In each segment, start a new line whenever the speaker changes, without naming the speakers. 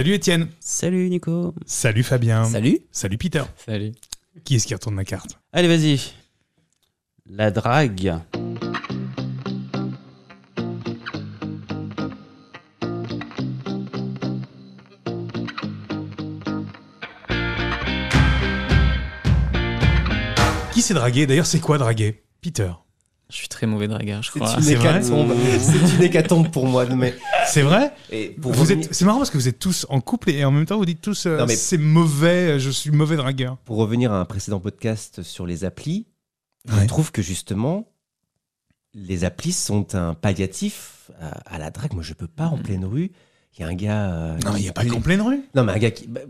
Salut Étienne.
Salut Nico.
Salut Fabien.
Salut.
Salut Peter.
Salut.
Qui est-ce qui retourne la carte
Allez, vas-y. La drague.
Qui s'est dragué D'ailleurs, c'est quoi draguer Peter.
Je suis très mauvais dragueur, je crois.
C'est une
C'est vrai
hécatombe. C'est une hécatombe pour moi. non, Mais
C'est vrai
et pour
Vous
revenir,
êtes. C'est marrant parce que vous êtes tous en couple et en même temps vous dites tous euh,
Non, mais-
c'est mauvais, euh, je suis mauvais dragueur.
pour revenir à un précédent podcast sur les applis,
Ouais.
je trouve que justement, les applis sont un palliatif à, à la drague. Moi, je peux pas en pleine rue. Il y a un gars. euh,
Non, il
qui-
n'y a pas qu'en pleine rue.
Non, mais un gars qui. bah,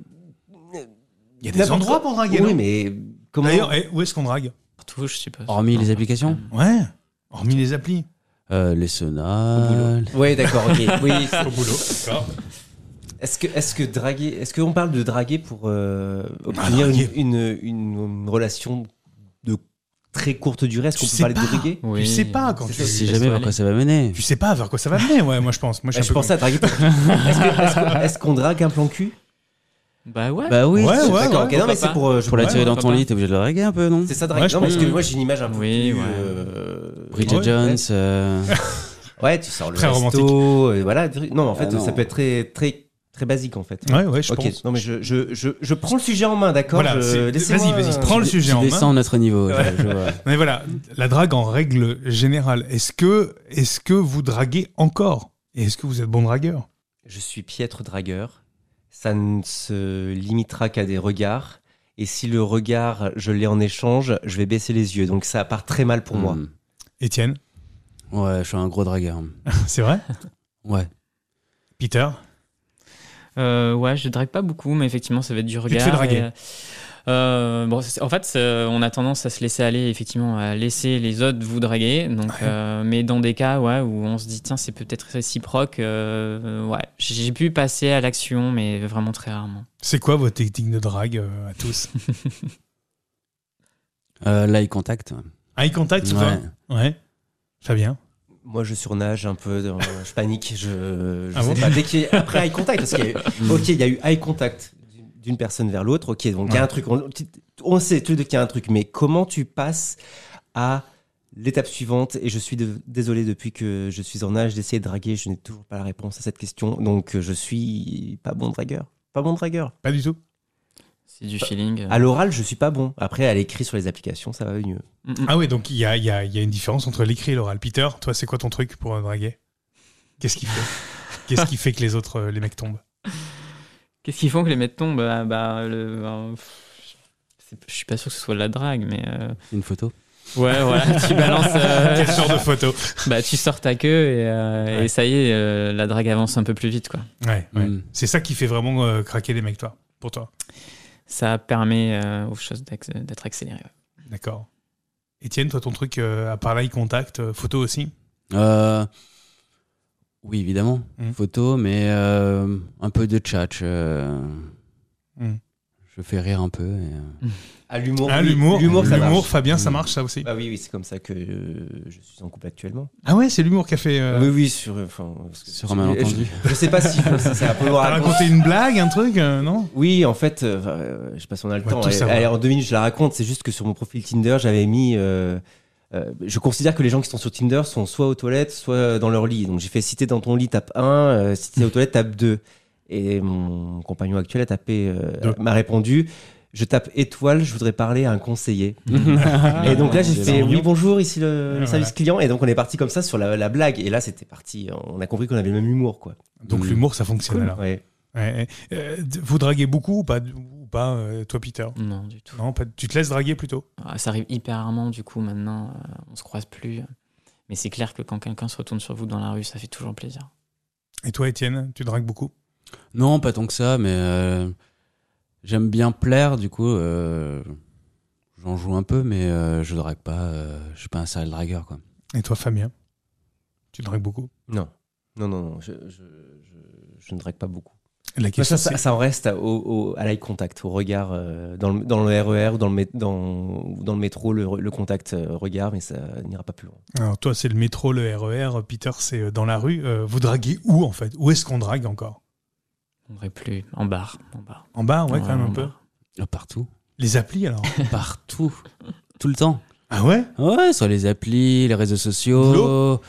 Il y a des
N'importe
endroits
quoi.
pour draguer.
oui,
non
mais comment
D'ailleurs, eh, où est-ce qu'on drague
Partout, je suis pas.
Hormis les applications
Ouais. Hormis les applis.
Euh, Les sonales.
Oui, d'accord. ok. Oui.
Au boulot. D'accord.
Est-ce que, est-ce que draguer, est-ce qu'on parle de draguer pour euh,
Ah,
obtenir
draguer.
une, une- une relation de très courte durée Est-ce
Tu
qu'on peut
sais
parler
pas.
de draguer
Tu sais pas quand
C'est
tu.
Je sais
laisse-toi
jamais vers
aller.
quoi ça va mener.
Tu sais pas vers quoi ça va mener, ouais, moi je pense. Moi, Ah, je
Bah,
suis un peu
Je pensais à draguer. pour- est-ce, que- est-ce que- est-ce qu'on drague un plan cul
Bah ouais.
Bah oui,
Ouais,
c'est-
ouais,
D'accord. ok, non, mais
pourquoi
c'est
pas.
pour. euh, je-
pour la
Ouais,
tirer dans
pourquoi
ton
pas.
lit, t'es obligé de la draguer un peu, non
C'est ça,
Ouais,
draguer.
je
non, mais parce
pense.
que moi j'ai une image un peu.
Oui,
plus,
ouais.
euh,
Bridget
Ouais.
Jones. euh,
Ouais, tu sors le
Très
resto, euh, voilà. truc- Non, en fait,
Ah, non.
ça peut être très, très, très basique en fait.
Ouais, ouais, je
ok.
pense.
Non, mais je, je, je, je prends le sujet en main, d'accord.
Voilà,
Je-
c'est-
laissez-moi- euh,
vas-y, vas-y, prends le
tu-
sujet
tu
en main.
descends notre niveau. je- je vois.
Mais voilà, la drague en règle générale. Est-ce que, est-ce que vous draguez encore Et est-ce que vous êtes bon dragueur
Je suis piètre dragueur. Ça ne se limitera qu'à des regards. Et si le regard, je l'ai en échange, je vais baisser les yeux. Donc ça part très mal pour moi.
Hmm.
Étienne,
Ouais, je suis un gros dragueur.
c'est vrai
Ouais.
Peter
Euh, ouais, je drague pas beaucoup, mais effectivement, ça va être du
te
regard.
fais draguer.
et, euh, euh, bon, c'est- en fait, c'est- on a tendance à se laisser aller, effectivement, à laisser les autres vous draguer. Donc, euh, mais dans des cas, ouais, où on se dit tiens, c'est peut-être réciproque. euh, ouais, j'ai pu passer à l'action, mais vraiment très rarement.
C'est quoi votre technique de drague euh, à tous
Euh, l'eye contact.
Eye contact ou
Ouais.
pas Ouais. Fabien
Moi, je surnage un peu, dans- je panique. Je, je
Ah
sais
bon Mm.
pas. Dès qu'il y a- après eye contact, parce qu'il y a eu, ok, il y a eu eye contact d'une- d'une personne vers l'autre. Ok, donc il y a un truc. On, on sait tous les deux qu'il y a un truc, mais comment tu passes à l'étape suivante Et je suis de- désolé depuis que je suis en âge d'essayer de draguer, je n'ai toujours pas la réponse à cette question. Donc, euh, je suis pas bon dragueur. Pas bon dragueur.
Pas du tout.
C'est du feeling. euh.
À l'oral, je suis pas bon. Après, à l'écrit sur les applications, ça va mieux.
Mm, mm.
Ah ouais, donc il y a, il y a- il y a une différence entre l'écrit et l'oral. Peter, toi, c'est quoi ton truc pour euh, draguer Qu'est-ce qui fait Qu'est-ce qui fait que les autres, euh, les mecs tombent
Qu'est-ce qu'ils font que les mecs tombent bah, bah, le, bah, pff, c'est- Je suis pas sûr que ce soit de la drague, mais. euh,
Une photo.
Ouais, voilà, tu balances. euh,
Quel genre de photo
bah, tu sors ta queue et, euh,
Ouais.
et ça y est, euh, la drague avance un peu plus vite, quoi.
Ouais, ouais.
Mm.
C'est ça qui fait vraiment euh, craquer les mecs, toi, pour toi.
Ça permet euh, aux choses d'acc- d'être accélérées. ouais.
D'accord. Étienne, toi, ton truc, euh, à part l'eye contact, euh, photo aussi
Euh, Oui, évidemment.
Mm.
Photo, mais euh, un peu de tchatch. euh,
Mm.
Je fais rire un peu. et, euh,
À l'humour.
Ah,
oui.
l'humour.
L'humour, ça marche.
Fabien, ça
Mm.
marche, ça aussi.
Bah oui, oui, c'est comme ça que euh, je suis en couple actuellement.
Ah ouais, c'est l'humour qui a fait. euh,
Oui, oui, sur, enfin, parce que-
Sur un malentendu.
Je, je sais pas si c'est un peu loin à
T'as
raconter.
raconté une blague, un truc, euh, non
Oui, en fait, euh, euh, je sais pas si on a le
On va
temps.
tout
Allez,
savoir.
allez, en deux minutes, je la raconte. C'est juste que sur mon profil Tinder, j'avais mis. euh, euh, je considère que les gens qui sont sur Tinder sont soit aux toilettes, soit dans leur lit. Donc j'ai fait si t'es dans ton lit, tape 1, euh, si t'es aux toilettes, tape 2. Et mon compagnon actuel a tapé, euh,
Deux.
m'a répondu, je tape étoile, je voudrais parler à un conseiller.
Mhm.
Et donc là, j'ai
C'est
fait
mignon.
oui, bonjour, ici le,
Ah,
le service client. Et donc on est parti comme ça sur la, la blague. Et là, c'était parti. On a compris qu'on avait le même humour, quoi.
Donc
Mm.
l'humour, ça fonctionne alors.
Ouais.
Ouais, ouais. Euh, d- vous draguez beaucoup ou pas, ou pas euh, toi, Peter
Non, du tout.
Non, pas- tu te laisses draguer plutôt
Ah, ça arrive hyper rarement, du coup, maintenant, euh, on se croise plus. Mais c'est clair que quand quelqu'un se retourne sur vous dans la rue, ça fait toujours plaisir.
Et toi, Étienne, tu dragues beaucoup
Non, pas tant que ça, mais euh, j'aime bien plaire, du coup, euh, j'en joue un peu, mais euh, je drague pas, euh, je suis pas un sale dragueur, quoi.
Et toi, Fabien Tu dragues beaucoup
Non. Non, non, non. Je, je, je- je ne drague pas beaucoup.
La
Ça,
question,
Bah, ça,
c'est-
ça en reste à, au, au- à l'eye contact, au regard euh, dans, le, dans le RER ou dans le, mé- dans, ou dans le métro, le, le contact euh, regard, mais ça n'ira pas plus loin.
Alors, toi, c'est le E métro, le RER. Peter, c'est euh, dans la rue. Euh, vous draguez où, en fait Où est-ce qu'on drague encore
On dirait plus en bar. En bar.
En bas, ouais,
Euh,
Ouais,
quand même un
en
peu.
bar.
Ah, Partout.
Les applis, alors
Partout. Tout le temps.
Ah ouais
Ouais, sur les applis, les réseaux sociaux,
Boulot.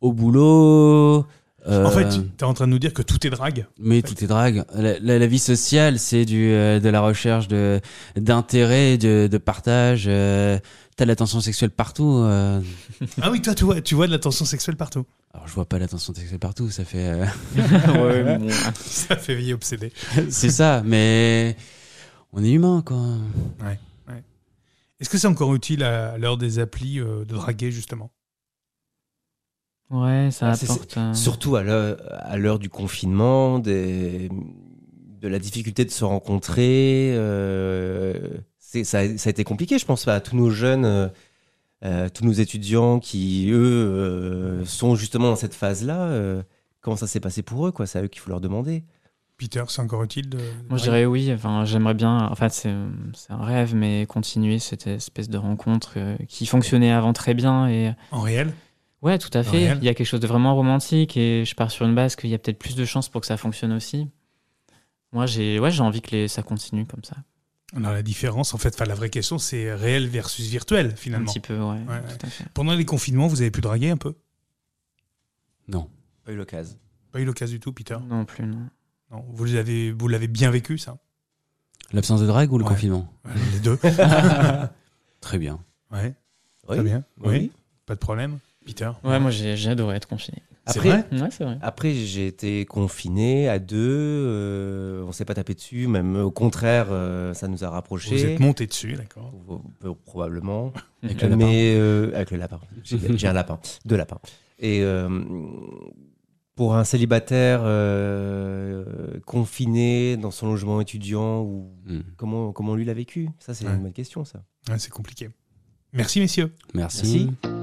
au boulot. euh,
En fait, t'es en train de nous dire que tout est drague.
mais tout est drague. La, la- la vie sociale, c'est du euh, de la recherche de d'intérêt, de, de partage. euh, T'as l'attention sexuelle partout. euh.
Ah oui, toi, tu vois, tu vois de la tension sexuelle partout.
Alors je vois pas l'attention sexuelle partout, ça fait. euh,
Ouais, bon. hein.
Ça fait vieillir obsédé.
c'est ça, mais on est humain, quoi.
Est-ce que c'est encore utile à l'heure des applis euh, de draguer, justement
Ouais, ça
Ah, c'est-
apporte. euh,
Surtout à l'heure à l'heure du confinement, des- de la difficulté de se rencontrer. euh, c'est- ça, a- ça a été compliqué, je pense, à tous nos jeunes, euh, euh, tous nos étudiants qui, eux, euh, sont justement dans cette phase-là. euh, comment ça s'est passé pour eux quoi C'est à eux qu'il faut leur demander.
Peter, c'est encore utile de.
Moi, je dirais oui. Enfin, j'aimerais bien. En fait, c'est c'est un rêve, mais continuer cette espèce de rencontre euh, qui fonctionnait avant très bien. Et
En réel
ouais, tout à fait.
Réel.
Il y a quelque chose de vraiment romantique. Et je pars sur une base qu'il y a peut-être plus de chances pour que ça fonctionne aussi. Moi, j'ai ouais, j'ai envie que les... ça continue comme ça.
Non, la différence, en fait, enfin, la vraie question, c'est réel versus virtuel,
Un
finalement.
petit peu, ouais.
Ouais,
tout à fait.
Pendant les confinements, vous avez pu draguer un peu
Non.
Pas eu l'occasion.
Pas eu l'occasion du tout, Peter
Non plus, non.
Non. Vous l'avez vous l'avez bien vécu, ça
L'absence de drague ou le
Ouais.
confinement
Euh, Les deux.
Très bien.
Ouais,
Oui.
très bien.
Oui.
Oui. Pas de problème, Peter
Ouais, moi, j'ai j'ai adoré être confiné.
C'est
Après-
vrai
Ouais, c'est vrai.
Après, j'ai été confiné à deux. euh, on s'est pas tapé dessus, même au contraire, euh, ça nous a rapprochés.
Vous êtes monté dessus, d'accord.
Peu- Probablement.
Avec
Euh,
le lapin.
Mais euh, avec le lapin. J'ai j'ai un lapin, deux lapins. Et euh, pour un célibataire euh, confiné dans son logement étudiant, ou
Mm.
comment, comment lui l'a vécu Ça, c'est
Ouais.
une bonne question, ça.
Ouais, c'est compliqué. Merci, messieurs.
Merci.
Merci.